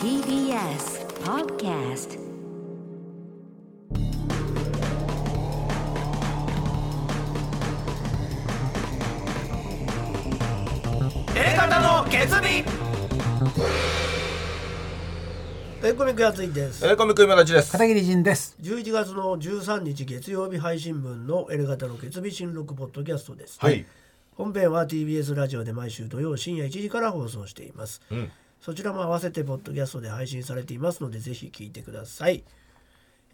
TBS Podcast 方の決意エコミックやついですえコミック今立ちです片桐仁です。 11月の13日月曜日配信分の L 型の決備新録ポッドキャストです、はい本編は TBS ラジオで毎週土曜深夜1時から放送しています、そちらも合わせてポッドキャストで配信されていますのでぜひ聞いてください、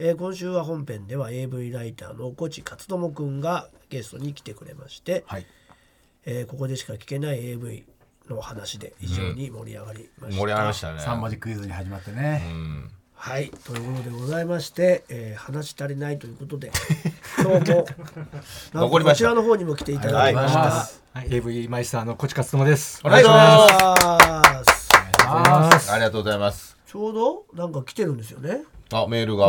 えー今週は本編では AV ライターの越智勝智くんがゲストに来てくれまして、はい。えーここでしか聞けない AV の話で非常に盛り上がりました、盛り上がりましたね三文字クイズに始まってね。はい、ということでございまして、えー話足りないということ で、今日もなん残かりまこしちたらの方にも来ていただあきりがとましうございた。はい、AV マイスターのコチカツトモです。お願いしますます。あありがとうございますちょうどなんか来てるんですよね。あメールが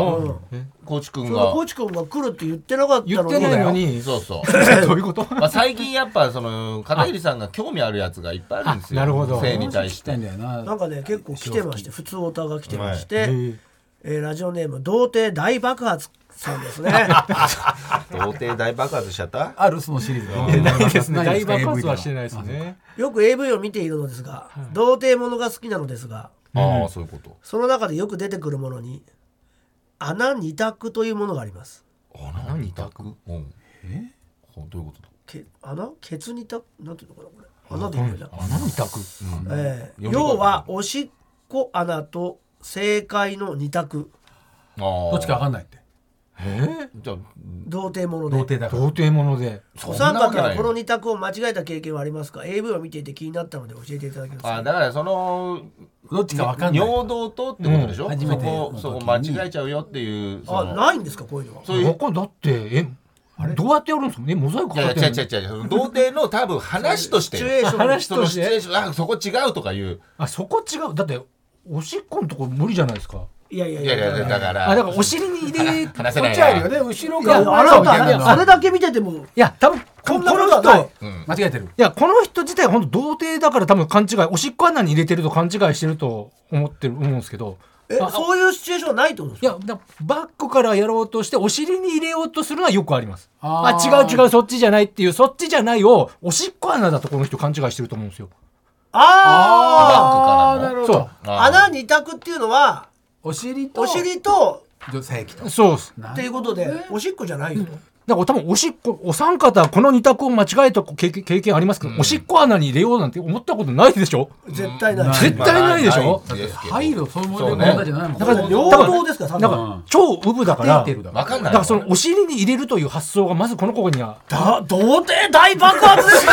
コーチちくょんうどがコーチ君が来るって言ってなかった言のっに、てないのに、そうそう どういうことまあ最近やっぱその片桐さんが興味あるやつがいっぱいあるんです よあなるほど性あ。に対し聞きたいんてだよなな。んかね結構来てまして、普通オタが来てまして、えーえーラジオネーム童貞大爆発さん ですね。童貞大爆発しちゃったあるそのシリーズ。 ない ですね。大爆発はしてないですね。よく AV を見ているのですが、童貞ものが好きなのですが、ああそういうことその中でよく出てくるものに穴二択というものがあります。あ何二択うんえどういうことだけ穴ケツにたなんていうのかなこれ穴でいいんだ、穴に抱く。ええ読み方要はおしっこ穴と正解の二択あどっちかわかんないないって。じゃあ童貞もの童で貞だから。童貞もので。お三そんなわ方けないはよこの二択を間違えた経験はありますか AV を見ていて気になったので教えていただけますあかだからそのどっちかわかんない。尿道とってことでしょ、うん初そめてこのそこ時間に違えちゃうよっていうそあのないんですかこういうのはそういうここだって、え、どうやってやるんですかねモザイクいかかやっいてるや違う違う違うその童貞の多分話としシチュてエーション話そのとシしチュエーて。ションあそこ違うとかいうあ、そこ違う。だって、おしっこのとこ無理じゃないですか。いやいやいいややいやだからあ、だからお尻に入れ話せないなね。後ろいやあおな前らたみたいなのはあれだけ見ててもいや、多分、ここんのなことはない人、間違えてる。いや、この人自体は本当童貞だから多分勘違い、おしっこ穴に入れてると勘違いしてると思ってる、思うんですけど。えあそういうシチュエーションはないってことですいかやだバックからやろうとしてお尻に入れようとするのはよくありますああー違う違うそっちじゃないっていうそっちじゃないをおしっこ穴だとこの人勘違いしてると思うんですよあバックからのるそああ穴二択っていうのはお尻とお尻と女性器とう。そうっすだっていうことでおしっこじゃないよとから多分おしっこお三方はこの二択を間違えた経験経験ありますけど、おしっこ穴に入れようなんて思ったことないでしょ絶対ないない絶対ないでしょ、まあないですけど入るそういうそう問ね題じゃないもん。だから両道ですか多だ分から超ウブだからテーテルだわかんなだいからそのお尻に入れるという発想がまずこの子にはだ童貞大爆発ですね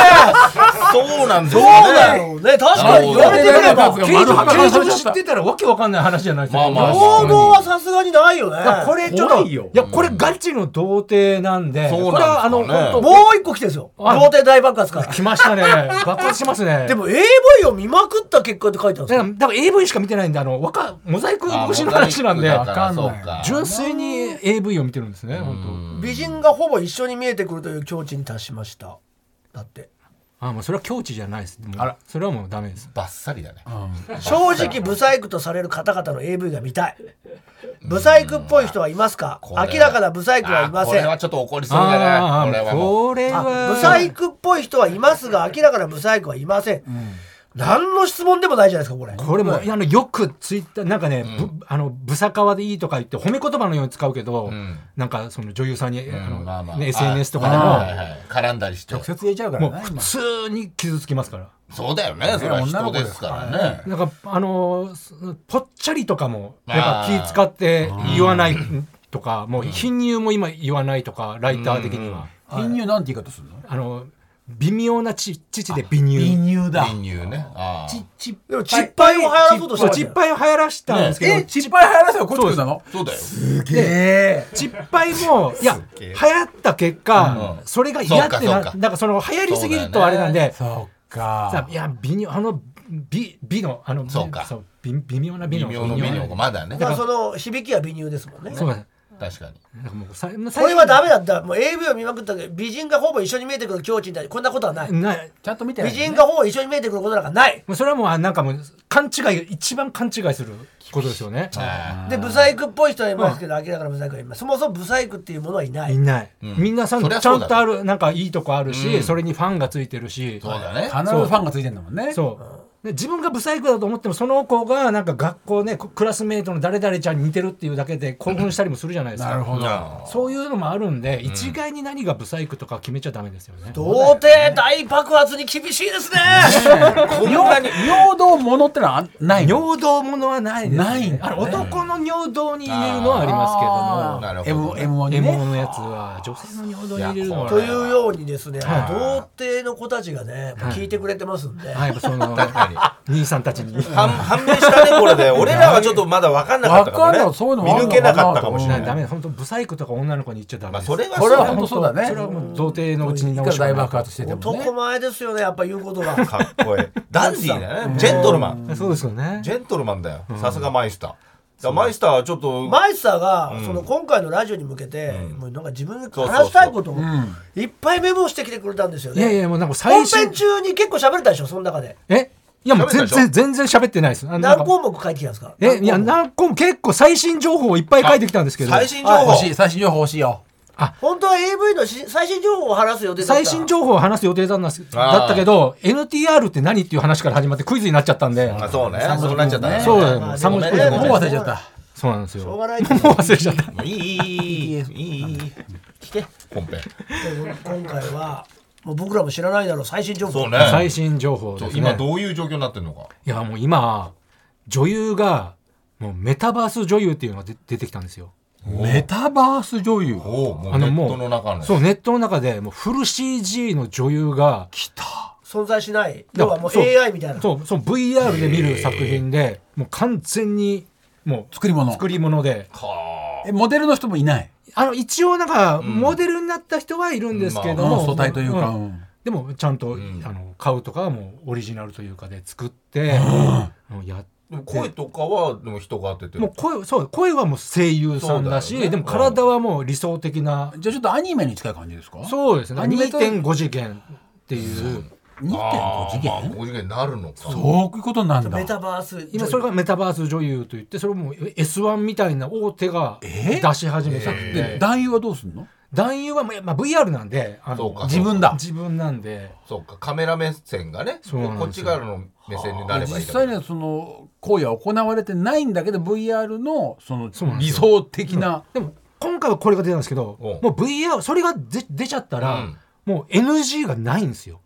そうなんですどうよだねろうね確かに言われてみればなるほど丸形裸にされちゃった状知ってたらわけわかんない話じゃないですか、まあまあ報道はさすがにないよねいやこれちょっ怖といよやこれガチの童貞なんで、そうなんですかねこれはあの本もう一個来てるんですよ童あ貞大爆発から当来ましたね爆発します ねでも AV を見まくった結果って書いてあるんでだすかよら多分 AV しか見てないんであの若モザイクあ越しの話なんでモザイクだからわかんないそうか純粋に AV を見てるんですね本美人がほぼ一緒に見えてくるという境地に達しましただって当あもうそれは境地じゃないですもうあらそれはもうダメですバッサリだね正直ブサイクとされる方々の AV が見たいブサイクっぽい人はいますかこれ明らかなブサイクはいまあこせれんはちょっと怒りそうだなこれはもうこれはあブサイクっぽい人はいますが明らかなブサイクはいません、何の質問でもないじゃないですかこれこれも、あのよくツイッターなんかね、ぶあのブサカワでいいとか言って褒め言葉のように使うけど、んなんかその女優さんに、あのまあまあね SNS とかであも、はいはい絡んだりして直接言えちゃうからもうな普今。通に傷つきますから。そうだよねそれは女人の子でですすかかららねなんかあのーすぽっちゃりとかもあーやっぱ気使って言わないとかもう貧乳も今言わないとかライター的には、貧乳なんて言い方するの？あの微妙なち父で貧乳貧乳だ。貧乳ねああちっでもチッパイを流行らそうとしたそうわちけっぱいを流行らしたんですけど、え、ちっぱい流行らせよ、こっち来るなのそうだよすげえ。ちっぱいもいやげえ流行った結果、うんそれが嫌ってそうかなそうかなんかその流行りすぎるとあれなんで、そうさかい。や微妙あの美美のあのそうか微微妙な美微の妙の微妙がまだねまあその響きは微乳ですもんねそうなんです確かになんかもうさこれはダメだったもう AV を見まくったけど美人がほぼ一緒に見えてくる境地になりこんなことはないないちゃんと見てな美いね人がほぼ一緒に見えてくることなんかないもうそれはもうあなんかもう勘違い一番勘違いすることですよねでブサイクっぽい人はいますけど明らかなブサイクはいますそもそもブサイクっていうものはいないいない、んみんなさんそちりゃゃそうんだとあるなんかいいとこあるし、うんそれにファンがついてるしそうだね必ずファンがついてんだもんね。そうで自分がブサイクだと思ってもその子がなんか学校ねこクラスメートの誰々ちゃんに似てるっていうだけで興奮したりもするじゃないですかなるほど。なそういうのもあるんで、一概に何がブサイクとか決めちゃダメですよね童貞大爆発に厳しいですね尿道ものってのはないの。尿道ものはないです、ね、ないんだあれ男の尿道に入れるのはありますけどもなるほ M ど M1 に M ね。のやつは女性の尿道に入れるのはというようにですね、は童貞の子たちがね、聞いてくれてますんで、はい、その確か兄さんたちに。判判明したねこれで俺らはちょっとまだ分かんなかったわかんねないそういうの見もある抜のけかななかったかもしれななダいメ本当ブサイクとか女の子に言っちゃダメまあです。それはこれはう本当そうだねそれ。はもう童貞のうちにい直くしらか大ない爆発してても男ね。前ですよねやっぱ言うことがかっこいいダンディーだねジェントルマンそうですよね。ジェントルマンだよさすがマイスターだからマイスターはちょっとマイスターが、その今回のラジオに向けて、もうなんか自分でそうそうそう話したいことをいっぱいメモしてきてくれたんですよいねやいやもうなんか最本初編中に結構喋れたでしょその中でえいやもう全喋然全然喋ってないです。あなん何か項目書いてきたんですかえいや何個も結構最新情報をいっぱい書いてきたんですけど。最新情報欲しい最新情報欲しいよ。本当は AV のし最新情報を話す予定だった最新情報を話す予定だったんですだったけど NTR って何っていう話から始まってクイズになっちゃったんであそうね三文字そうなっちゃったねそうだよまもあう三文字クイでズもにうなっ忘ちゃったれちゃった。たそうなんですよしょうもがないう忘れちゃったもういいいいいいいいいいいいいい聞け本編今回はもう僕らも知らないだろう最新情報そうね最新情報そうですね今どういう状況になってるのかいやもう今女優がもうメタバース女優っていうのが出出てきたんですよメタバース女優。おおもあうネのもッうトの中のそうネットの中でもうフル CG の女優が存在しない要はもうそう AI みたいなそうそう VR で見る作品でもう完全にも作りう物。作り物でえモデルの人もいない。あの一応なんかモデルになった人はいるんですけどまあもうん素体というかんうんでもちゃんと、あの買うとかはもうオリジナルというかで作って、もうやでも声とかはでも人が当ててもうる声そう声はもう声優さんだしそうだよねでも体はもう理想的なじゃあちょっとアニメに近い感じですか。う。そうですねアニメと2.5次元っていうあーま2.5次元。あ5次元になるのかそういうことなんだメ。タバース今それがメタバース女優といってそれも S1 みたいな大手がえ出し始めたんでで男優はどうすんの？男優は、まあまあ、VR なんであそうか自分だ。自分なんでそうかカメラ目線がねそうなんですよこっち側の目線になればいい実だけ際にはその行為は行われてないんだけど VR のそのそうなんで理すよ想的なでも今回はこれが出たんですけどおうもう VR それが出出ちゃったら、うんもう NG がないんですよ。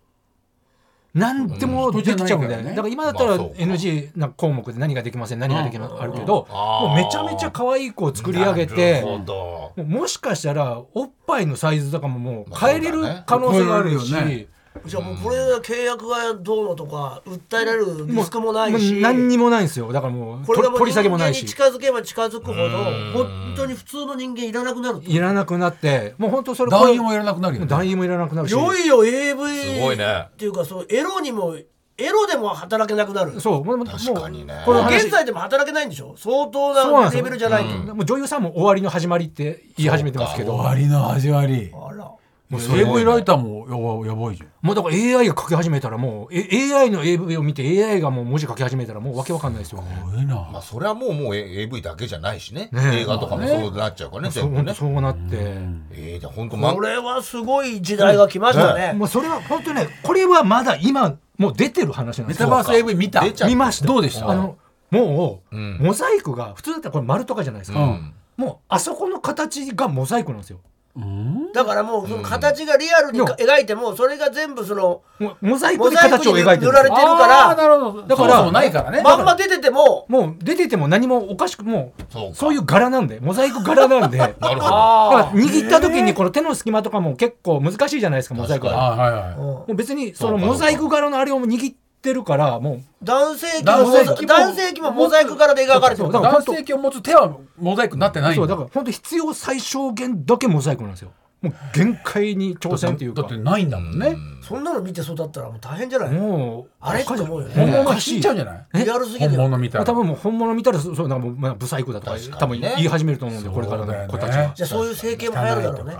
何でもできちゃううん人んで、じゃないからねだから今だったらまあそうか NG な項目で何ができません何ができませんあるけど、あーもうめちゃめちゃ可愛い子を作り上げなてるほどもうもしかしたらおっぱいのサイズとかももう変えれる可能性があるし、まあそうだねじゃあもうこれ契約がどうのとか訴えられるリもうスクもないしもう何にもないんですよだからもうこれがもう取り人下げもな間いにし近づけば近づくほど本当に普通の人間いらなくなるといらなくなってもう本当それ男優もやらなくなるよもうね男優もいらなくなるし良いよ AV すごいねっていうかそうエロにもエロでも働けなくなるそうもうもう確かにねこのもう話現在でも働けないんでしょ相当そうななんですレよベルじゃないと、もう女優さんも終わりの始まりって言い始めてますけど終わりの始まりあらもうすごいね AV ライターもやばやばいじゃんもうだから AI が書き始めたらもうえ AI の AV を見て AI がもう文字書き始めたらもうわけわかんないですよね。怖えまあなそれはもうもう A- AV だけじゃないしねねえ映画とかもそうなっちゃうからねそう全部本当ねそうなって、えーじゃあ本当まこれはすごい時代が来ましたね、もうそれは本当ねこれはまだ今もう出てる話なんでメすよタバース AV 見た出ちゃう見ましたどうでしたあのもう、うんモザイクが普通だったらこれ丸とかじゃないですか、うんもうあそこの形がモザイクなんですようんだからもうその形がリアルにか描いてもそれが全部そのもうモザイクモでザイ形クをに描いて塗られてるあかーならるほどだだかかららないからねまんま出ててももう出てても何もおかしくもうそうかそういう柄なんでモザイク柄なんでだかなるほどら握った時にこの手の隙間とかも結構難しいじゃないですかモザイク確はあーはいはいもう別にそそのうかモザイク柄のあれを握ってるからも男性器男も性器も男性器もモザイク柄で描かれてるそうそうだから男性器を持つ手はモザイクになってなういんそうだだから本当必要最小限だけモザイクなんですよもう限界に挑戦っていうだかってないんだもんね。そんなの見て育ったらもう大変じゃない、もうあれって思うよ本ね物が引いちゃうんじゃないリアルすぎ本るよ物みたいな。多分もう本物見たらそうなんかもうまあ不細工だとか確か多に分ね言い始めると思うんでこれかそらうだよのね子たちはじゃあそういう整形も流行るだろうね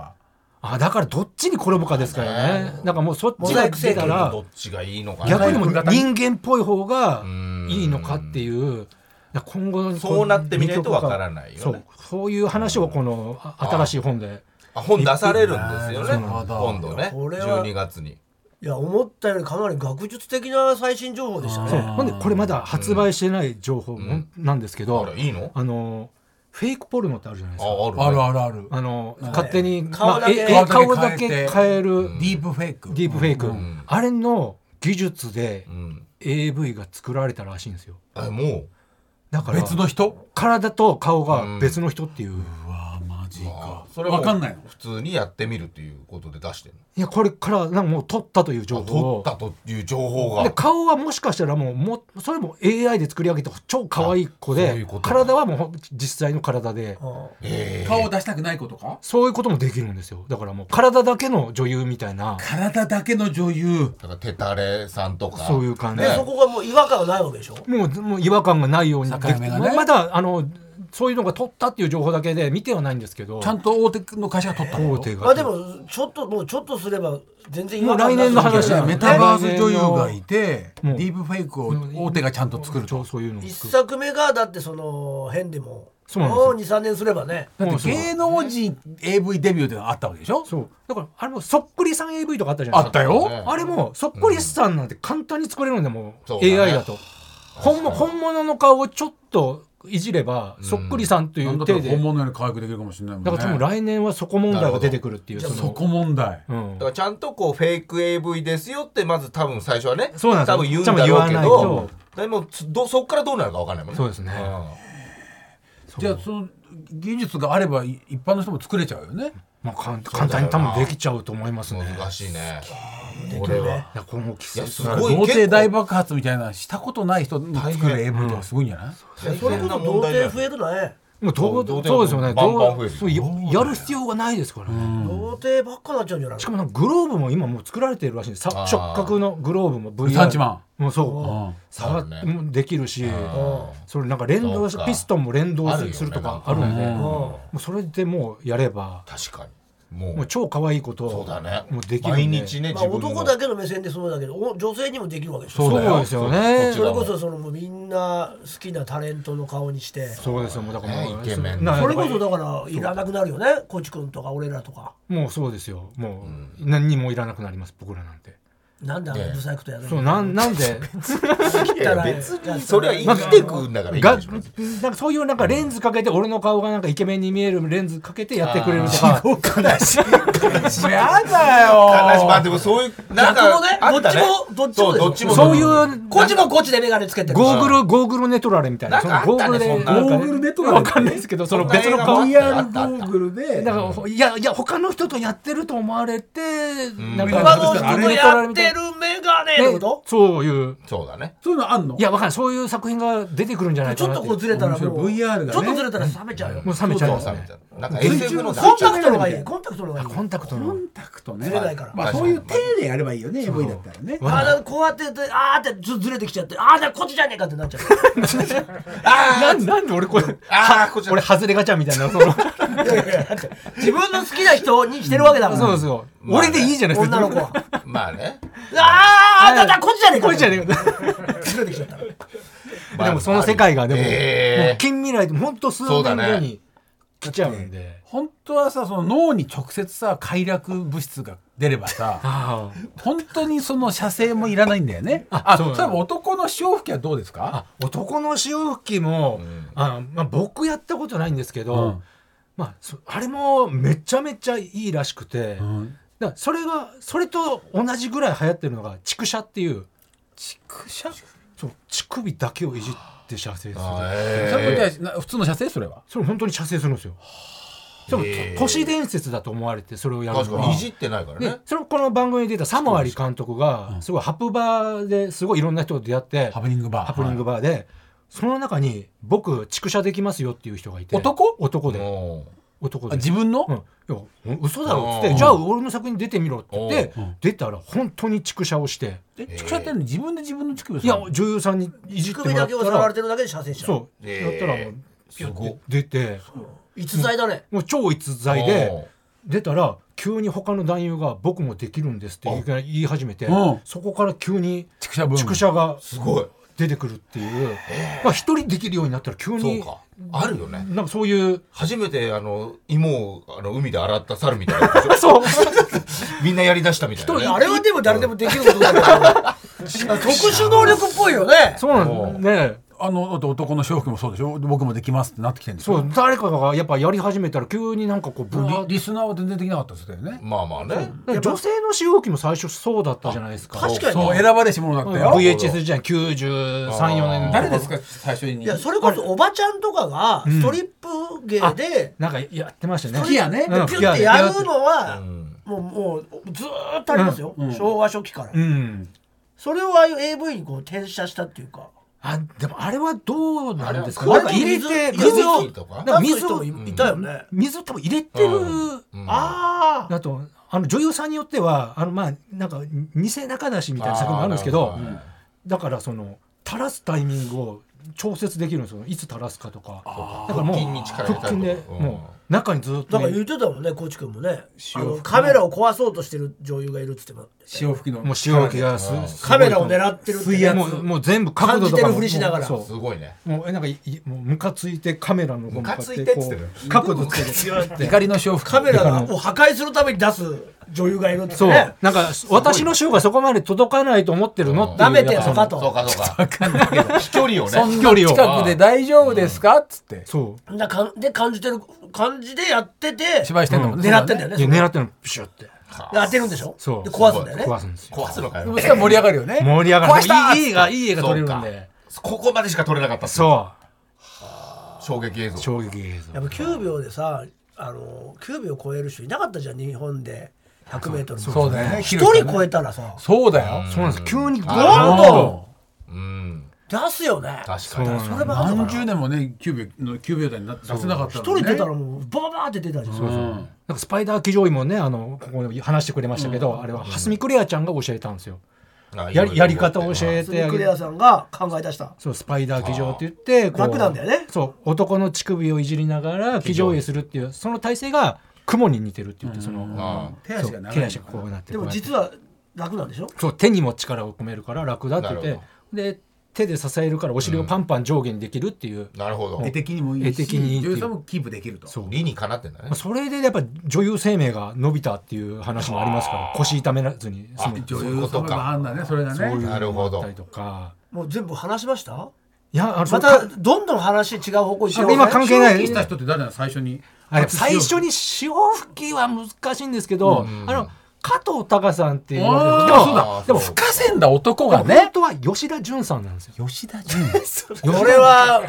あだからどっちに転ぶかですからねだからもうそっちが出たらどっちがいいのかな逆にもモザイク型に人間っぽい方がいいのかっていうだから今後のこそうなってみないとわからないよねそうそういう話をこのあ新しい本であ本出されるんですよねなるほど今度ねこれは12月にいや思ったよりかなり学術的な最新情報でしたそうねほんでこれまだ発売してない情報もなんですけど、あらいいのあのフェイクポルノってあるじゃないですか。ああるねあるあるある。あの勝手に、顔だけええ顔顔だだけけ変えて変えるディープフェイク。ディープフェイク、んあれの技術でうん AV が作られたらしいんですよあもだから別の人体と顔が別の人っていう、うわマジか。うそそれれもわかんないの。普通にやってみるっていうことで出してるいやこれからなんかもう取ったという情の報取をったという情報がで顔はもしかしたらもうもうそれも AI で作り上げた超可愛い子あでそういうこと体はもうほん実際の体でえ顔を出したくないことかそういうこともできるんですよだからもう体だけの女優みたいな体だけの女優。ーだから手たれさんとかそういう感じ、でそこがもう違和感がないわけでしょもうもう違和感がないようにできて境目がねままだあのそういうのが取ったっていう情報だけで見てはないんですけどちゃんと大手の会社が取ったの大よ。手がまあでもちょっともうちょっとすれば全然違和感もう来年の話だよメねタバース女優がいて、デもィうープフェイクを大手がちゃんと作ると。そういうのを一作る作目がだってその変でもそうなんですよもう23年すればねだってもうそう芸能人 AV デビューってのがあったわけでしょそうだからあれもそっくりさん AV とかあったじゃないあでっすかたよ。ねあれもそっくりさんなんて簡単に作れるんでもうそうだね AI だと本物本物の顔をちょっといじればそっくりさんといなんだうったら手で本物より可愛くできるかもしれないもんね。だから多分来年はそこ問題が出てくるっていうなそるほどのそこ問題。うんだからちゃんとこうフェイク AV ですよってまず多分最初はねそうなんですよ多分言うんだろうけ多分言わどないとでもつどそっからどうなるかわかんないもんねそうですねんじゃあその技術があればい一般の人も作れちゃうよね。まあかん簡単に多分できちゃうと思いますね難しいねこれはいやこの季いや節すだからごい童結貞構大爆発みたいなしたことない人の作る AV とかすごいんじゃないい、やそれこそ童貞増えるねもうどうそうそうですよねバンバンどう増えるよそうややる必要がないですからね童貞ばっかなっちゃうんじゃないしかもなんかグローブも今もう作られてるらしいんですさあー触覚のグローブも VR サンチマもうそう触っそうねもうできるしのそれなんか連動しそうかピストンも連動あるよねするとかあるんでなんかねもうそれでもうやれば確かにもうもう超可愛いことそうだねもうできるんで毎日ねま自あ分の男だけの目線でそうだけどお女性にもできるわけでしょそうですよねそそうれだよこそそのもうみんな好きなタレントの顔にしてそそうですよもうだからもうねイケメンなそれこそだからいらなくなるよねコチ君とか俺らとかもうそうですよもう何にもいらなくなります僕らなんてなんであんなブサイクとやるそうの なんなんでいや別にそれは生きてくんだからいいがでしょなんかそういうなんかレンズかけて俺の顔がなんかイケメンに見えるレンズかけてやってくれるとか悲しいン。やだよ悲しいまあでもそういうなんか逆もねあったねどっちもそうどどっっちちももそういうこっちもこっちで眼鏡つけてるゴーグルゴーグルネトラレみたいななんかあったねゴーグルそでんななんかねゴーグルネトラレわかんないですけどその別のそ顔んいな映画やもあったあったあったグルでだからいやいや他の人とやってると思われてなんうかん今のゴーグル人とやってる眼鏡ってこそういうそうだねそういうのあんのいやわかんないそういう作品が出てくるんじゃなといちかょっとなってこうずれたら面白もいう VR がねちょっとずれたら冷めちゃうよもう冷めちゃいますそうねだねなんか SF のコンタクトの方がいいコンタクトの方がいいコンタクトコのンタクトねずれないからまあそういう手でやればいいよね AV だったらねあだからこうやってやってあーってずずれてきちゃってあーじゃあこっちじゃねえかってなっちゃうなんなんで俺これああこちら俺外れガチャみたいなそのいやいやだって自分の好きな人にしてるわけだから、そうですよ俺でいいじゃないですか女の子はあまあねーあだだこっちじゃねえかこれじゃねえずれてきちゃったらまあでもその世界がでも,、えーもう近未来でほんと数そうだ年ね後に来ちゃうんで、本当はさその脳に直接さ快楽物質が出れば さああ本当にその射精もいらないんだよねあそうなそのういえば男の潮吹きはどうですか男の潮吹きも、あまあ、僕やったことないんですけど、うんまあ、そあれもめちゃめちゃいいらしくて、んだからそれがそれと同じぐらい流行ってるのが畜舎っていう畜射そう乳首だけをいじって射精するそれえはな普通の射精それはそれ本当に射精するんですよ。でも、へえ都市伝説だと思われてそれをやーるの確かはにいじってないからでねそれをこの番組に出たサモアリ監督がすごいハプバーですごいいろんな人と出会ってハプニングバーハプニングバーでその中に僕畜舎できますよっていう人がいて男男でも男あで。自分の、うんいや嘘だろっつってじゃあ俺の作品に出てみろって言って出たら本当に畜生をしてえ畜生ってんの自分で自分の乳首をいや女優さんにいじっても首らだっけをた触られらてるだけで射精しちゃうそうやったらもうピュッて出て逸材だねもう超逸材で出たら急に他の男優が「僕もできるんです」って言い言い始めてうんそこから急に畜生ブーム畜生がすごい。出てくるっていうまあ一人できるようになったら急そにうか。あるよね。なんかそういう初めて、あの、芋を、あの、海で洗った猿みたいなやつでしょ。 そう みんなやりだしたみたいなね。あれはでも誰でもできることだから特殊能力っぽいよねそうなんだねあのだって男の娼婦もそうでしょ僕もできますってなってきてるんでしそょう誰かがやっぱやり始めたら急になんかこうブワーッリリスナーは全然できなかったですよねまあまあね。女性の使用機も最初そうだったじゃないですか。確かにそう選ばれし者だったよ、 VHS 時代93、4年の誰ですか最初にいやそれこそおばちゃんとかがストリップ芸でなんかやってましたね。きやねうんピュッてやるのはもうもうずーっとありますよ昭和初期からうん。それをああいう AV にこう転写したっていうかあ、でもあれはどうなんですかあなれんか入れて、水水を水と、かなんか水出すを、人もいたよね水を多分入れてる。あああと、あの女優さんによっては、あのまあ、なんか偽仲出しみたいな作品もあるんですけどあーなるほどね、だからその、垂らすタイミングを調節できるんですよ。いつ垂らすかとか。だからも腹う、筋に力入れた腹りと筋かで、もう、中にずっなとんかね、言ってたもんねコーチ君もねあのカメラを壊そうとしてる女優がいるっつっても潮吹きのもう潮気がす、すカメラを狙ってるって水圧もうもう全部角度と感じてかもるふりしながらそすごいね。うもうえなんかいいもうムカついてカメラの方向かムカついてっつってこるう角度つけて怒りの娼婦カメラを破壊するために出す女優がいるっつってそうねなんか私の塩がそこまで届かないと思ってるのっていう舐めてんやっぱのかとそうかそうか。飛距離をそね。んな近くで大丈夫ですかっつってそなかんで感じてる感じでやってて芝居してんのもんね狙ってんだよねういや狙ってるのピシュってで当てるんでしょそうで壊すんだよね壊すんですよ壊すのかよそ。したら盛り上がるよね盛り上が壊るしたいいいい映画いい映画撮れるんでここまでしか撮れなかったっすそ衝撃映像う。衝撃映やっぱ9秒でさあの9秒超える人いなかったじゃん日本で 100m そうだよね一人超えたらさそうだよ像そうなんです急にグなんワーッともうん。出すよね確かに。そうそれうもあるの何か十な年もね9秒の9秒台にな出せなかった一人のにね出たらもうバーバーって出たじゃんうんなんかスパイダー騎乗位もねあのここで話してくれましたけどあれは蓮見クレアちゃんが教えたんですよあやりやり方を教えスてあクげレアさんが考え出したそうスパイダー騎乗って言ってこう楽なんだよねそう男の乳首をいじりながら騎乗位するっていうその体勢が雲に似てるって言ってその手足がそう長い手足がこうなってでも実はは楽なんでしょそう手にも力を込めるから楽だって言っなてるほで手で支えるからお尻をパンパン上下にできるっていう、なるほど絵。的にもい絵いし的にいいってい女う優さんもキープできるとそう理にかなってんだねまあ。それでやっぱ女優生命が伸びたっていう話もありますから腰痛めらずに済むっていうそう女いうこ優さとんかがあんだねそれがそういうねのなるほもあどったりとかもう全部話しましたいやあのまたどんどん話違う方向にしてあ今関係ないキーした人って誰なの最初にあれ最初に潮吹きは難しいんですけど、あの加藤隆さんっていうあーでもそうだでもそう吹かせんだ男が本ね当は吉田純さんなんです よ吉田純これは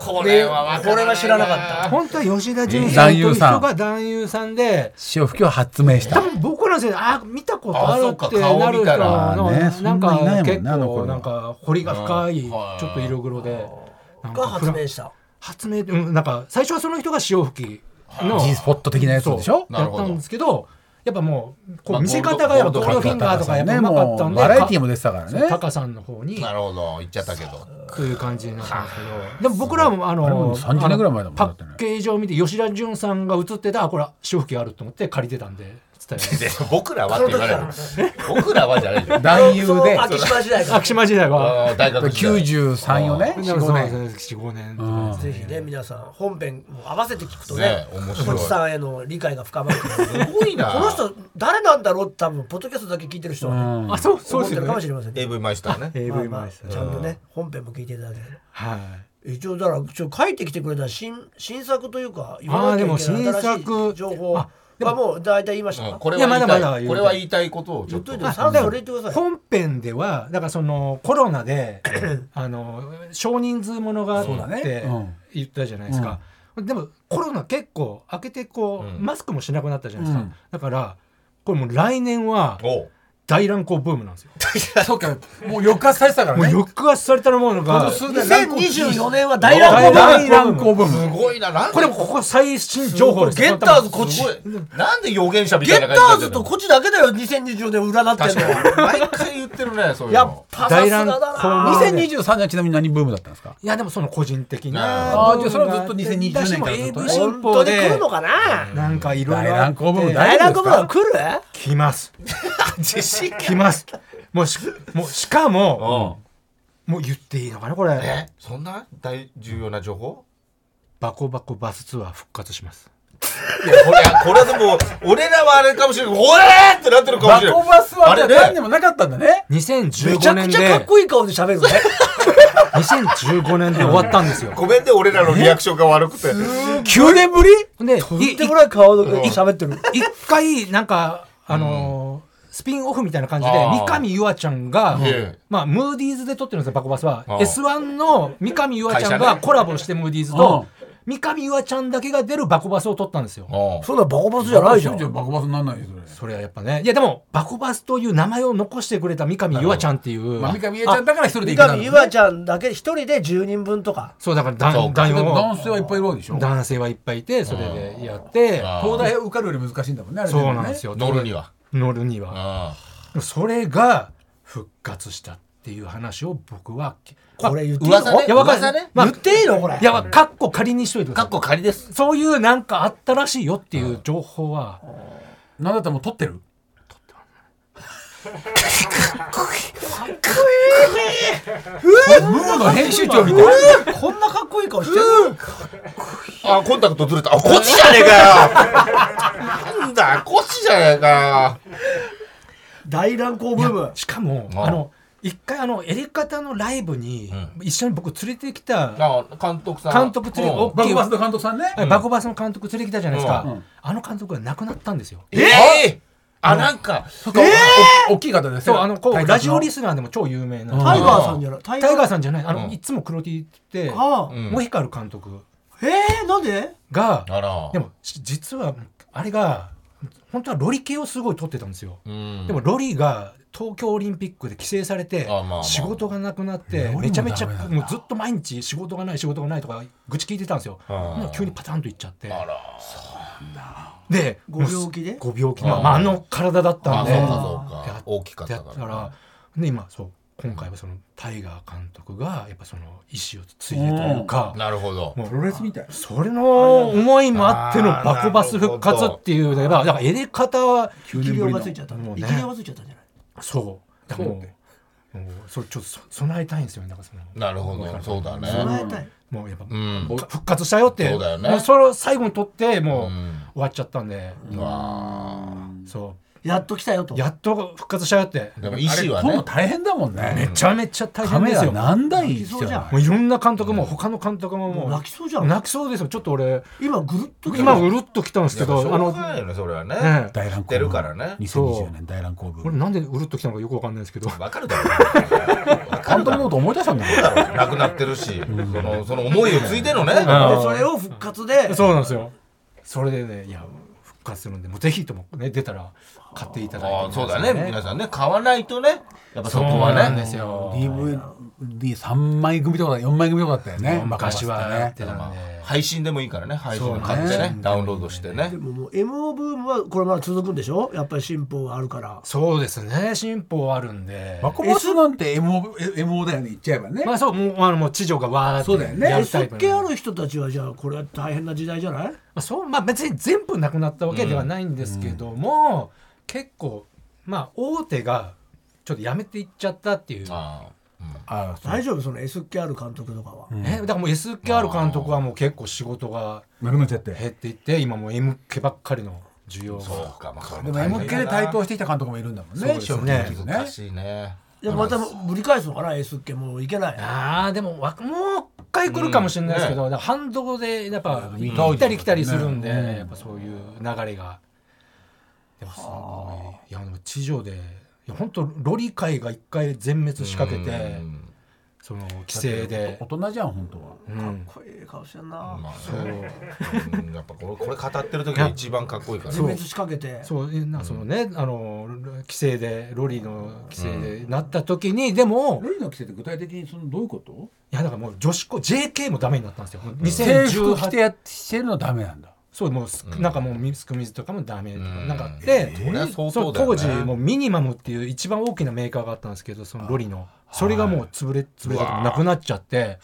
これはこれは知らなかった本当は吉田純さんという男優さ人んが男優さんで塩吹きを発明し多た分僕らの世代あー見たことあるあそっってかな顔る見たらとねなんそんないかない結もんなあの構頃なんか彫りが深いちうんはいょっと色黒でなんがかフラ発明した発明うんなんか最初はその人が潮吹きの G スポット的なやつでしょそうやったんですけどやっぱもうこまあう見せ方がやっゴぱゴールドールドフィンガーとかやっぱうまかったんでバラエティーも出てたからそうねタカさんの方になるほど。言っちゃったけど。という感じになったんですけどでも僕らもあのもう30年ぐらい前だもんねあのパッケージを見て吉田純さんが映ってたあこれ潮吹きあると思って借りてたんで伝えで僕らはって言われる。 僕らはじゃないよ。男優で昭島時代かますら昭島時代はあー大学時代934年4 45年5年ぜひね皆さん本編も合わせて聞くとねね面白いコチさんへの理解が深まるからすごいな。この人誰なんだろうって多分ポッドキャストだけ聞いてる人はあそうそう思ってでするよねかもしれませんね AV マイスター ね。 AV まあまマあイスターちゃんとね本編も聞いていただけるはい一応だからちょ書いてきてくれた新新作というか言あわーなきでゃいもけない新作新しい情報はあでももう大体言いましたうんかこれいやはま言だいたまいだ言うこれは言いたいことをちょ言っっとといてあさらさら言ってください本編ではだからそのコロ ナであの少人数ものがあそうだっねてうん言ったじゃないですか、でもコロナ結構開けてこう、マスクもしなくなったじゃないですか、うんだからこれもう来年はおう大乱行ブームなんですよ。そうかもう抑圧されてたからもうね抑圧されたものが、 2024年は大乱大行だ乱行ブーム。すごいなランこれもここは最新情報です。ゲッターズこっちすごいなんで予言者みゲたッいなタ感じになってんーズのとこっちだけだよ2020年裏だって確んのかに毎回言ってるねそういうのやっぱさす大が乱だ行な2023年はちなみに何ブームだったんですかいやでもその個人的な。ああじゃあそれはずっと2020年からずっとだしもう AV 本当新報に来でるのかななんかいろい大ろあっ乱行ブームて大大丈乱夫国ですはか来る来ます。自信来ます。もうしもうしかももう言っていいのかなこれ。えそんな大重要な情報バコバコバスツアー復活します。いやこれこれでも俺らはあれかもしれないおえーってなってるかもバしれないコバスはじゃああれね何でもなかったんだねめち2015ゃく年ちゃかっでこいい顔で喋るね2015年で終わったんですよ。ごめんね俺らのリアクションが悪くて9年ぶりでとんでもない顔で喋ってる一回なんかあのースピンオフみたいな感じであー三上優愛ちゃんがええ、まあ、ムーディーズで撮ってるんですよバコバスはああ S1 の三上優愛ちゃん会社がねコラボしてムーディーズと三上優愛ちゃんだけが出るバコバスを撮ったんですようんそんなバコバスじゃないじゃんじゃあバコバスになんないよそれそれはやっぱねいやでもバコバスという名前を残してくれた三上優愛ちゃんっていうまあ三上優愛ちゃんだから一人三で行くんだ上優愛ちゃんだけ一人で10人分とかそうだからだそう男かでも男男性はいっぱいいるわけでしょ東男性はいっぱいいてそれでやってあ大受かるより難しいんだもんねあれそうなんですよよ乗るには乗るにはあそれが復活したっていう話を僕はこれ言っていい噂のねいやわかる噂ねまあ言っていいのこれいやかっこ仮にしといてくかださっこ仮ですいそういうなんかあったらしいよっていう情報はなんだったらもう撮ってる撮ってるムーの編集長みたいこんなかっこいい顔してるあコンタクトずれたあこっちじゃねえかよなんだこっちじゃねえか大乱行ブームしかもあああの一回あのエレカタのライブに一緒に僕連れてきたよあ監督さん監督連れうん大バきいコバスの監督さんねバコバスの監督連れてきたじゃないですうかあの監督が亡くなったんですよええあなんかそうかお大きい方ですそようあの体こう格ラジオリスナーでも超有タ名なイガーさんじゃないタタイガーんさんじゃないあのんいつも黒 T ってああモヒカル監督えーなんでがあらでもし実はあれが本当はロリ系をすごい撮ってたんですよ、うんでもロリが東京オリンピックで規制されてあまあまあ仕事がなくなってめちゃめちゃもうずっと毎日仕事がない仕事がないとか愚痴聞いてたんですよほんなら急にパタンといっちゃってあらでご病気でご病気まあまああの体だったんあでそうかそうやか大きかっやたっかたららで今そう今回はそのタイガー監督がやっぱその意思を継いでというかなるほどもうプロレスみたいそれの思いもあってのあーバコバス復活っていうのがだからエレカタは生き量がついちゃったも生うきね量がついちゃったんじゃないそうだからもうもうそれちょっとそ備えたいんですよねだからそのなるほどそうだね備えたいもうやっぱ、うんか復活したよってそうだよねもうそれを最後に取ってもううん終わっちゃったんで、そやっと来たよとうやっと復活したよってでも意思は撮るのね大変だもんめねちゃめちゃ大カ変メですラよも何台必そう要じゃんなのういろんな監督も他の監督もももうう泣きそうじゃん泣きそうですよちょっと俺今ぐるっと来た 今うるっときたんですけいやしょどあのうがないよねそれはねねえ大乱知ってるからね2020年大乱行ブー俺ムなんでうるっときたのかよくわかんないですけどわかるだろうわかるだ監督のろこうと思い出したんだもんなくなってるし、そのその思いを継いでのね、あでそれを復活でそうなんですよ。それでね、いや、復活するんで、もうぜひともね、出たら買っていただいあて、あそうだね、皆さんね、買わないとね、やっぱそそうこはなんでね、すよ。 DVD3 枚組とか4枚組とかだったよね昔はやってたまんあで。配信でもいいからね、配信で買ってそうね、ねダウンロードしてねで。ももう MO ブームはこれまだ続くんでしょやっぱり進歩があるからそうですね、進歩はあるんで。バコバスなんて MO, MO だよね言っちゃえばね、まあそう、もう、あの、もう地上がわーって。そうだよねやる S タイっプ気なんである人たちはじゃあこれは大変な時代じゃないまあ、そう、まあ別に全部なくなったわけではないんですけども、結構、まあ大手が、ちょっとやめていっちゃったっていう。ああそう大丈夫その S っ気ある監督とかはね、だからもう SKR 監督はもう結構仕事がなくなっちゃって減っていって、今もう M 系ばっかりの需要が。あそうか、まあ、それでもも大変 MK で対等してきた監督もいるんだもんねそうですよね正直難しいね。でまたぶり返すのかな S っ気もういけないあーでもわもう一回来るかもしれないですけど、だから反動でやっぱうん行ったり来たりするんで、やっぱそういう流れが。でもすごいいやでも地上でいや本当ロリ界が一回全滅しかけて、うんその規制で大人じゃん本当はこういう顔してんな、まあそう、うん、やっぱこれこれ語ってる時が一番かっこいいから全滅しかけてそうえなんかそのね、あの規制でロリの規制でなった時に、でもルイの規制って具体的にそのどういうこといやだからもう女子校 JK もダメになったんですよ。制服着2018てやってしてるのダメなんだそうもうす、なんかもうミスク水とかもダメとか、なんかあって、そりゃ相そ当だのよ当ね時もうミニマムっていう一番大きなメーカーがあったんですけどそのロリのそれがもう潰れ潰れたとかなくなっちゃって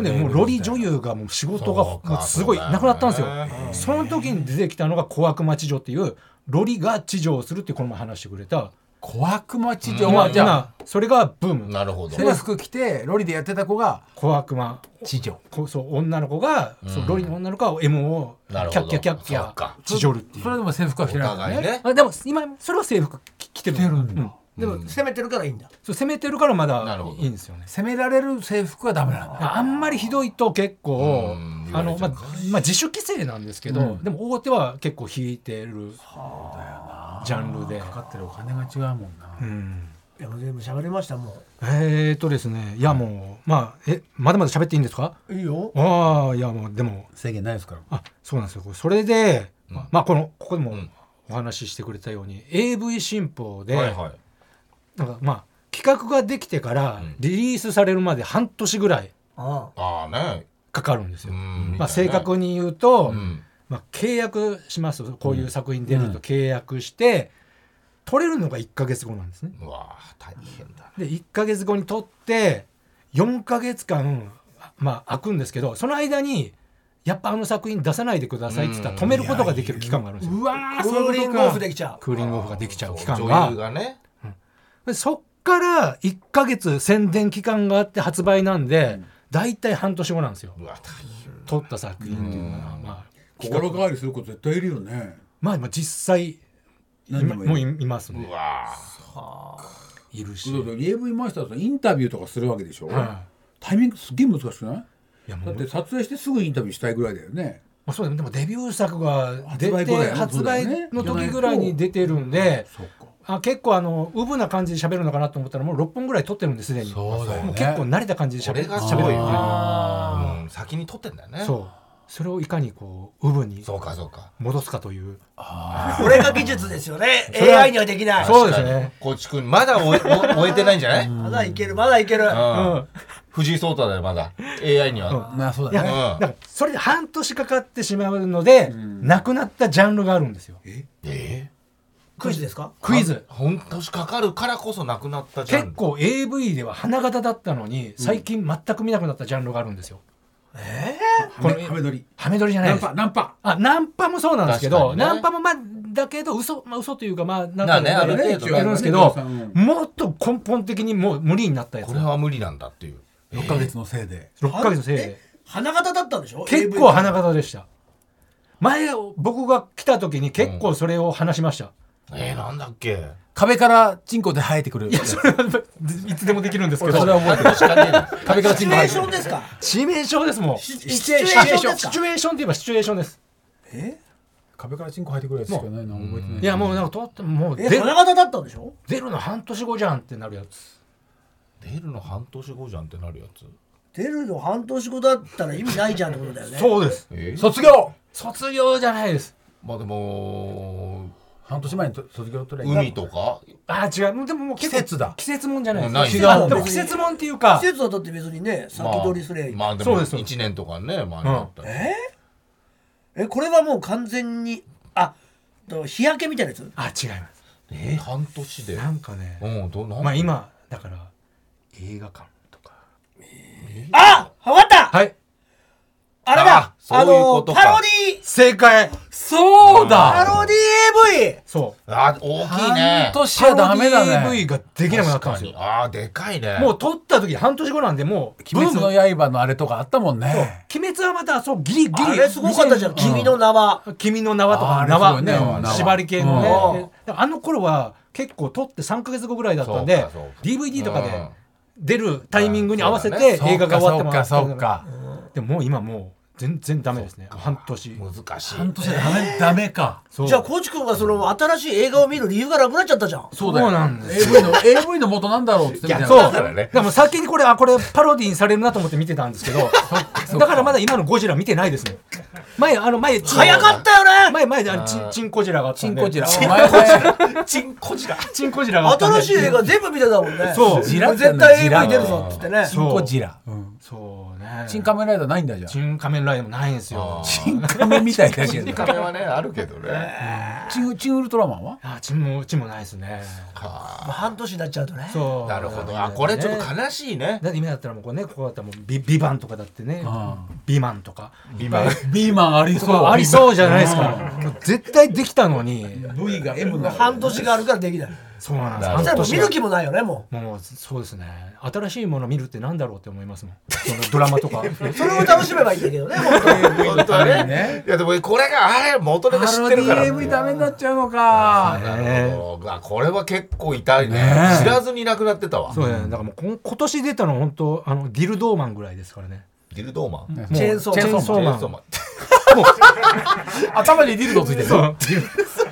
でもうロリ女優がもう仕事がそうかもうすごいそうだよねなくなったんですよその時に出てきたのが小悪魔地女っていうロリが地女をするってこの前話してくれた小悪魔ちじゃ今あじゃあ今それがブームなるほど制服着てロリでやってた子が小悪魔地上こそう女の子が、そうロリの女の子は M をキなャるッほキどャッキャッキそャっか地上るっていうそれでも制服は着てないお互いねあでも今それは制服着着てる着てるんだうんでも攻めてるからいいんだそう攻めてるからまなだるほどいいんですよね責められる制服はダメなんだあんまりひどいと結構うんあの、言われちゃまあうまあ、自主規制なんですけど、でも大手は結構引いてるジャンルで。かかってるお金が違うもんなうんいやもう全部喋りましたもえー、とですねいやもうまあえまだまだ喋っていいんですかういいよああいやもうでも制限ないですからあそうなんですよこれそれで、まあこのここでもお話ししてくれたように、AV 新法で、はいはいなんかまあ企画ができてからリリースされるまで半年ぐらいああああねかかるんですよ。うんまあ、正確に言うと、まあ、契約しますとこういう作品出ると契約して、取れるのが1ヶ月後なんですね。うわあ大変だで1ヶ月後に取って4ヶ月間まあ開くんですけどその間にやっぱあの作品出さないでくださいって言ったら止めることができる期間があるんですよ。あクーリングオフできちゃクーリングオフができちゃう期間そうが女優がねでそっから1ヶ月宣伝期間があって発売なんで、大体半年後なんですようわ大変撮った作品っていうのは、まあ、心変わりする子絶対いるよねまあまあ実際何今人ももういいるいますねうわあいるし、そうだよリエブイマスターさんインタビューとかするわけでしょ、はタイミングすっげえ難しくないいやもだっうて撮影してすぐインタビューしたいぐらいだよねまあ、そうだねでもデビュー作が出発売後だてよね発売の時ぐらいに出てるんで、そっかあ結構あのウブな感じで喋るのかなと思ったらもう6本ぐらい撮ってるんですでにそうだよねもう結構慣れた感じでこれ喋るがす喋ごるいよねあうん先に撮ってんだよねそうそれをいかにこうウブにそうかそうか戻すかといううこれが技術ですよね それは AI にはできないそうですねコーチ君まだ終え お終えてないんじゃないまだいけるまだいけるうんうん藤井聡太だよまだ AI にはまあそういやだだねからそれで半年かかってしまうので、なくなったジャンルがあるんですよえクイズですかクイズえ半年かかるからこそなくなったじゃん結構 AV では花形だったのに最近全く見なくなったジャンルがあるんですよ、このハメ撮りハメ撮りじゃないナンですパナンパあナンパもそうなんですけど、確かにねナンパもまあだけど嘘まあ嘘というかまあなんまあかねやある程る度やるんですけねどジョーさんもっと根本的にもう無理になったやつこれは無理なんだっていう6ヶ月のせいで6ヶ月のせいえで花形だったんでしょ結構花形でした前僕が来た時に結構それを話しました、えー、なんだっけ壁からチンコで生えてくるいやそれ はいつでもできるんですけどそれは覚えてる半年かねえな壁からシチチンュコエー生えシてョくンるですか致命傷ですもんシシシシチチュュエエーーシションョンですチかュエーションって言えばシチュエーションです壁からチンコ生えてくるやつしかないな覚えてないいやもうなんかとってもうえ出花形だったんでしょ出るの半年後じゃんってなるやつ出るの半年後じゃんってなるやつ出るの半年後だったら意味ないじゃんってことだよねそうですえ卒業卒業じゃないですまあでも半年前にと卒業取れ海とかあー違うもうでももう結構季節だ季節もんじゃないもうないです違うでも季節もんっていうか季節はだって別にね先取りすればいい、まあ、まあでそうもですそうです1年とかね前にあったりええこれはもう完全にあと日焼けみたいなやつあ違いますえー半年でなんかねうんどなんまあ今だから映画館とかあわかったはいあれだあそういあうこのとかパロディ正解そうパだロディ AV そうあ大きいね半年はダメだパロディ AV ねができなくなったんです確よかにあーでかいねもう撮った時半年後なんでもう鬼滅ブームの刃のあれとかあったもんね鬼滅はまたそうギリギリあれすごかったじゃん2000君の名は君の名はとあかあれ名はすごいねね縄縛り系のうんねであの頃は結構撮って3か月後ぐらいだったんでそうかそうか DVD とかうんで出るタイミングに合わせうんてそう映画が終わってもらそうかそうかそうかでももう今もう全然ダメですね半年難しい半年でダメダメかそうじゃあコーチ君がその新しい映画を見る理由がなくなっちゃったじゃんそうだよなんで AV の AV の元なんだろうって言ってみたいなそうだからねでも先にこれあこれパロディにされるなと思って見てたんですけどだからまだ今のゴジラ見てないですね前あの前早かったよね前前であのチンチンコジラがあったチんンでコジラチンお前はチンコジラチンコジラがあったんで新しい映画全部見てたもんねそう絶対 AV 出るぞっつってねチンコジラそうねチン仮面ライダーないんだじゃんチン仮面ライダーもないんですよチン仮面みたいだけど金はねあるけどねチンチンウルトラマンはあチンもチンもないですねまあ半年になっちゃうとねそうなるほどあこれちょっと悲しいねだって今だったらもうこれねここだったらもうビビバンとかだってねビマンとかビバンビーマンありとそうかありそうじゃないですかもう絶対できたのに V が M な半年があるからできないそうなんなるほじゃあもう見はる気もないよねももうそうですね新しいもの見るってなんだろうって思いますもんそのドラマとかうそれを楽しめばいいんだけどね本当に本当はねいやでもこれがあれ元ネタ知ってるから AV ダメになっちゃうのかなるほどあこれは結構痛いねねえ知らずになくなってたわそうだねだからもうこん今年出たの本当あのディルドーマンぐらいですからねディルドーマンチェーンソーチェーンソーマンそうマン頭にディルドついてる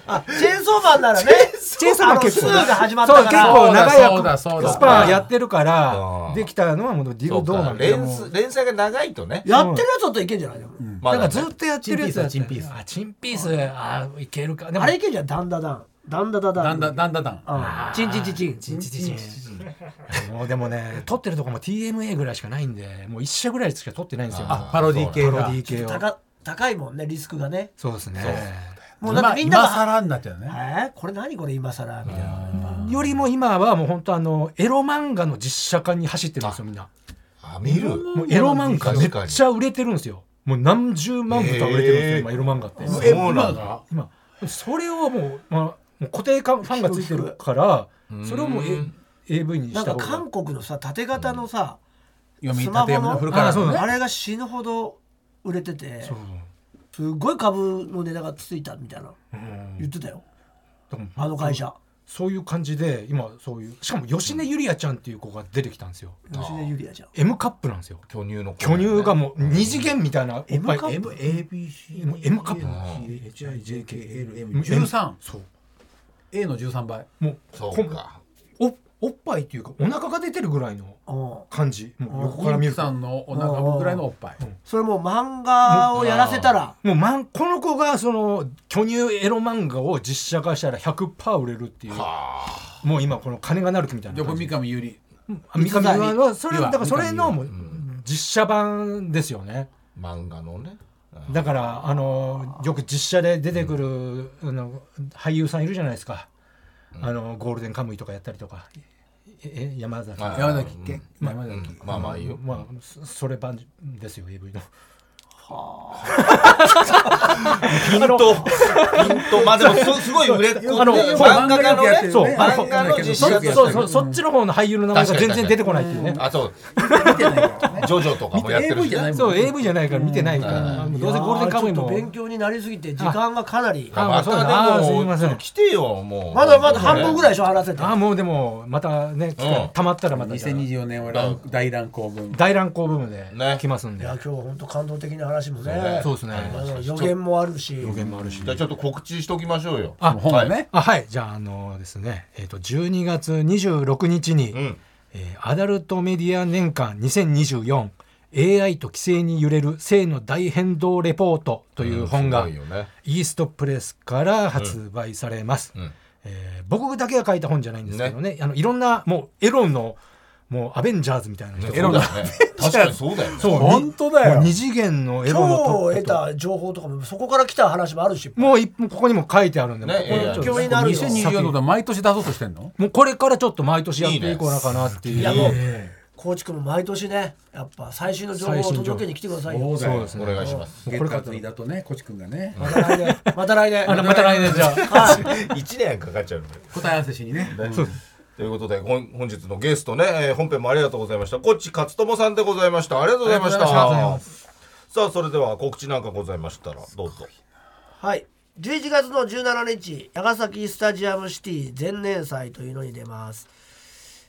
あチェーンソーマンならねチェーンソーマン結構あのスーが始まったからそう結構長いそうだそうだそうだスパンやってるからうんできたのはもうディそルうドーマかン連もう連載が長いとねやってるやつだといけんじゃないのまだかだらずねっとやってるやつだったチンピースあチンピースあいけるかでもあれいけんじゃんダンダダンダンダダダだンんだんだんだんだんうんチンチンチンチンチンチンチンもうでもね撮ってるとこも TMA ぐらいしかないんでもう一社ぐらいしか撮ってないんですよあパロディ系パだロディ系を高高いもんねリスクがねそうですねもうだってみんな今が更になっちゃう「えねーこれ何これ今更」みたいなよりも今はもう本当あのエロ漫画の実写化に走ってるんですよみんなあ見るもうエロ漫画確めかっにちゃ売れてるんですよもう何十万部とは売れてるんでへすよー今エロ漫画ってそうなんだ今それをもう,、まあ、もう固定化ファンがついてるからそれをもう、A、AV になしんたか方韓が国のさ縦型のさ読みス立マて読ホみのの古川のねあれが死ぬほど売れててすごい株の値段がついたみたいな言ってたよだからあの会社そういう感じで今そういうしかも芳根ゆりあちゃんっていう子が出てきたんですよ吉根ゆりやじゃん M カップなんですよ巨乳の巨乳がもう二次元みたいなおっ M ぱいカップ MABC もう M カップ HIJKLM13 そう A の13倍もうそうかおおっぱいっていうかお腹が出てるぐらいのうん感じもう横小から見ミるとさんのお腹ぐらいのおっぱいそれもう漫画をやらせたらもうマンこの子がその巨乳エロ漫画を実写化したら100%売れるっていうもう今この金がなる木みたいな横感じ三上ゆりあ三上三上岩のそれ岩だからそれの三もう実写版ですよね漫画のねだからあのよく実写で出てくるあの俳優さんいるじゃないですかあのゴールデンカムイとかやったりとかええ山崎あ山崎健山う崎んまあまあいいよまあそそれ版ですよ AV の。ピンとピンとまあでもすすごい売れっ子であの漫そう画家のねそう漫画の実写そ化そうそうそっちの方の俳優の名前が全然出てこないっていうね。あそう ジョジョとかもやってる AV しじゃないねそう AV じゃないから見てないから、どうせゴールデンカムイいやーちょっもと勉強になりすぎて時間がかなりあまそうだなたあーですいもませちょんっと来てよもうまだまだ半分ぐらいいでしょ話せてあもうでもまたねうんたまったらまた2024年はラン大乱高分大乱行ブームでね来ますんいで、や今日は本当感動的な話もねねそうですねうん予言もあるし予言もあるしじゃあちょっと告知しときましょうよあ本をねあはいじゃああのですねえっ、と12月26日に、うんえーアダルトメディア年間 2024AI と規制に揺れる性の大変動レポートという本が、すごいよねイーストプレスから発売されます、んえー僕だけが書いた本じゃないんですけどねあのいろんなもうエロのもうアベンジャーズみたいな人、ねそうだよね確かにそうだよねそう本当だよもう二次元のエロの今と日得た情報とかもそこから来た話もあるしもう一ここにも書いてあるんで、ねもうこれちょっと勉強になるよ2024年は毎年出そうとしてんのもうこれからちょっと毎年やっていこうかなっていういやもう高知君も毎年ねやっぱ最新の情報を届けに来てくださいよそうですお願いし ますゲッターズ飯田とねコチ君がねまた来年また来年あのまた来年じゃあ1年かかっちゃうのよ答え合わせしにねということで本本日のゲストね、えー本編もありがとうございましたこっち勝友さんでございましたありがとうございましたさあそれでは告知なんかございましたらどうぞはい11月の17日長崎スタジアムシティ前年祭というのに出ます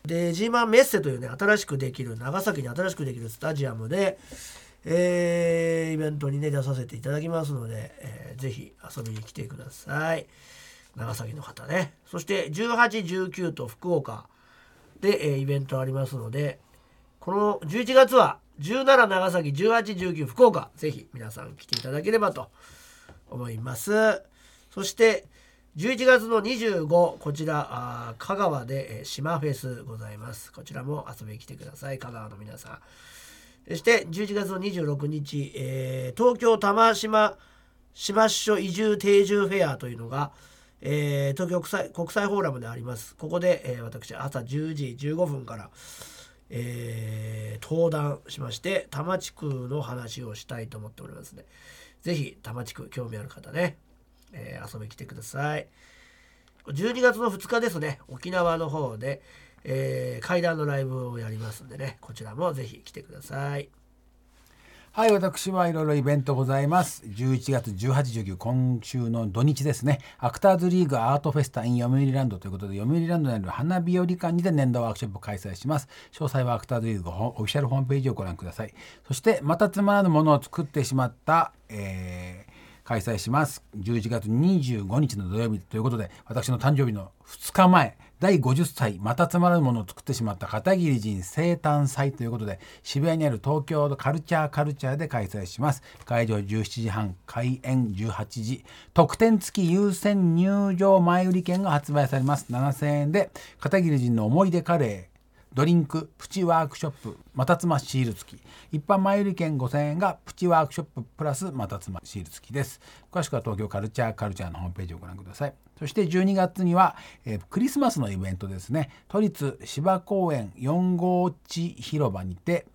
で G マンメッセというね新しくできる長崎に新しくできるスタジアムで、えーイベントにね出させていただきますので、えーぜひ遊びに来てください長崎の方ねそして1819と福岡で、えーイベントありますのでこの11月は17長崎1819福岡ぜひ皆さん来ていただければと思いますそして11月の25こちらあー香川でえー島フェスございますこちらも遊びに来てください香川の皆さんそして11月の26日、えー東京多摩島島支所移住定住フェアというのが、えー東京国際国際フォーラムでありますここで、えー私朝10時15分から、えー登壇しまして多摩地区の話をしたいと思っておりますのでぜひ多摩地区興味ある方ね、えー遊びに来てください。12月の2日ですね沖縄の方で、えー、階段のライブをやりますんでねこちらもぜひ来てくださいはい、私はいろいろイベントございます。11月18、19、今週の土日ですね。アクターズリーグアートフェスタ in 読売ランドということで、読売ランドにある花火より館にて年度ワークショップを開催します。詳細はアクターズリーグほんオフィシャルホームページをご覧ください。そして、またつまらぬものを作ってしまった、えー開催します。11月25日の土曜日ということで、私の誕生日の2日前、第50歳またつまらぬものを作ってしまった片桐仁生誕祭ということで渋谷にある東京のカルチャーカルチャーで開催します会場17時半開演18時特典付き優先入場前売り券が発売されます7000円で片桐仁の思い出カレードリンクプチワークショップまたつまシール付き一般前売り券5000円がプチワークショッププラスまたつまシール付きです詳しくは東京カルチャーカルチャーのホームページをご覧くださいそして12月には、えークリスマスのイベントですね都立芝公園4号地広場にて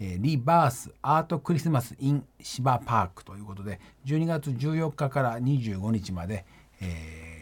えーリバースアートクリスマス in 芝パークということで12月14日から25日まで、え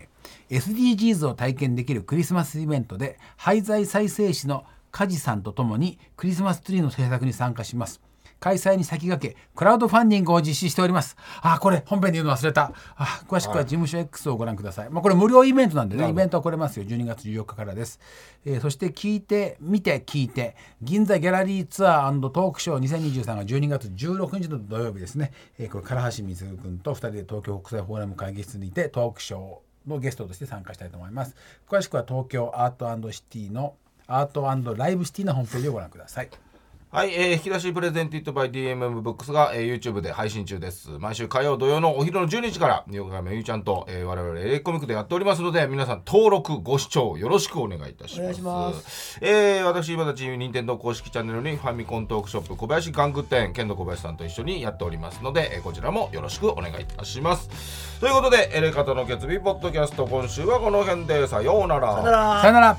ー SDGs を体験できるクリスマスイベントで廃材再生士の梶さんとともにクリスマスツリーの制作に参加します開催に先駆けクラウドファンディングを実施しておりますあーこれ本編で言うの忘れたあー詳しくは事務所 X をご覧ください、まあ、これ無料イベントなんでねイベントは来れますよ12月14日からです、えーそして聞いて見て聞いて銀座ギャラリーツアートークショー2023が12月16日の土曜日ですね、えーこれ唐橋光君と2人で東京国際フォーラム会議室にてトークショーをのゲストとして参加したいと思います。詳しくは東京アートシティのアートライブシティのホームページをご覧ください。はい、えー引き出しプレゼンティットバイ DMM ブックスが、えー YouTube で配信中です。毎週火曜土曜のお昼の12時から、横山ゆうちゃんと、えー我々エレコミックでやっておりますので、皆さん登録、ご視聴よろしくお願いいたします。お願いしまえー私、今たち、任天堂公式チャンネルにファミコントークショップ小林玩具店、剣道小林さんと一緒にやっておりますので、えーこちらもよろしくお願いいたします。ということで、エレカタの決日ポッドキャスト、今週はこの辺で、さようならさよならさよなら。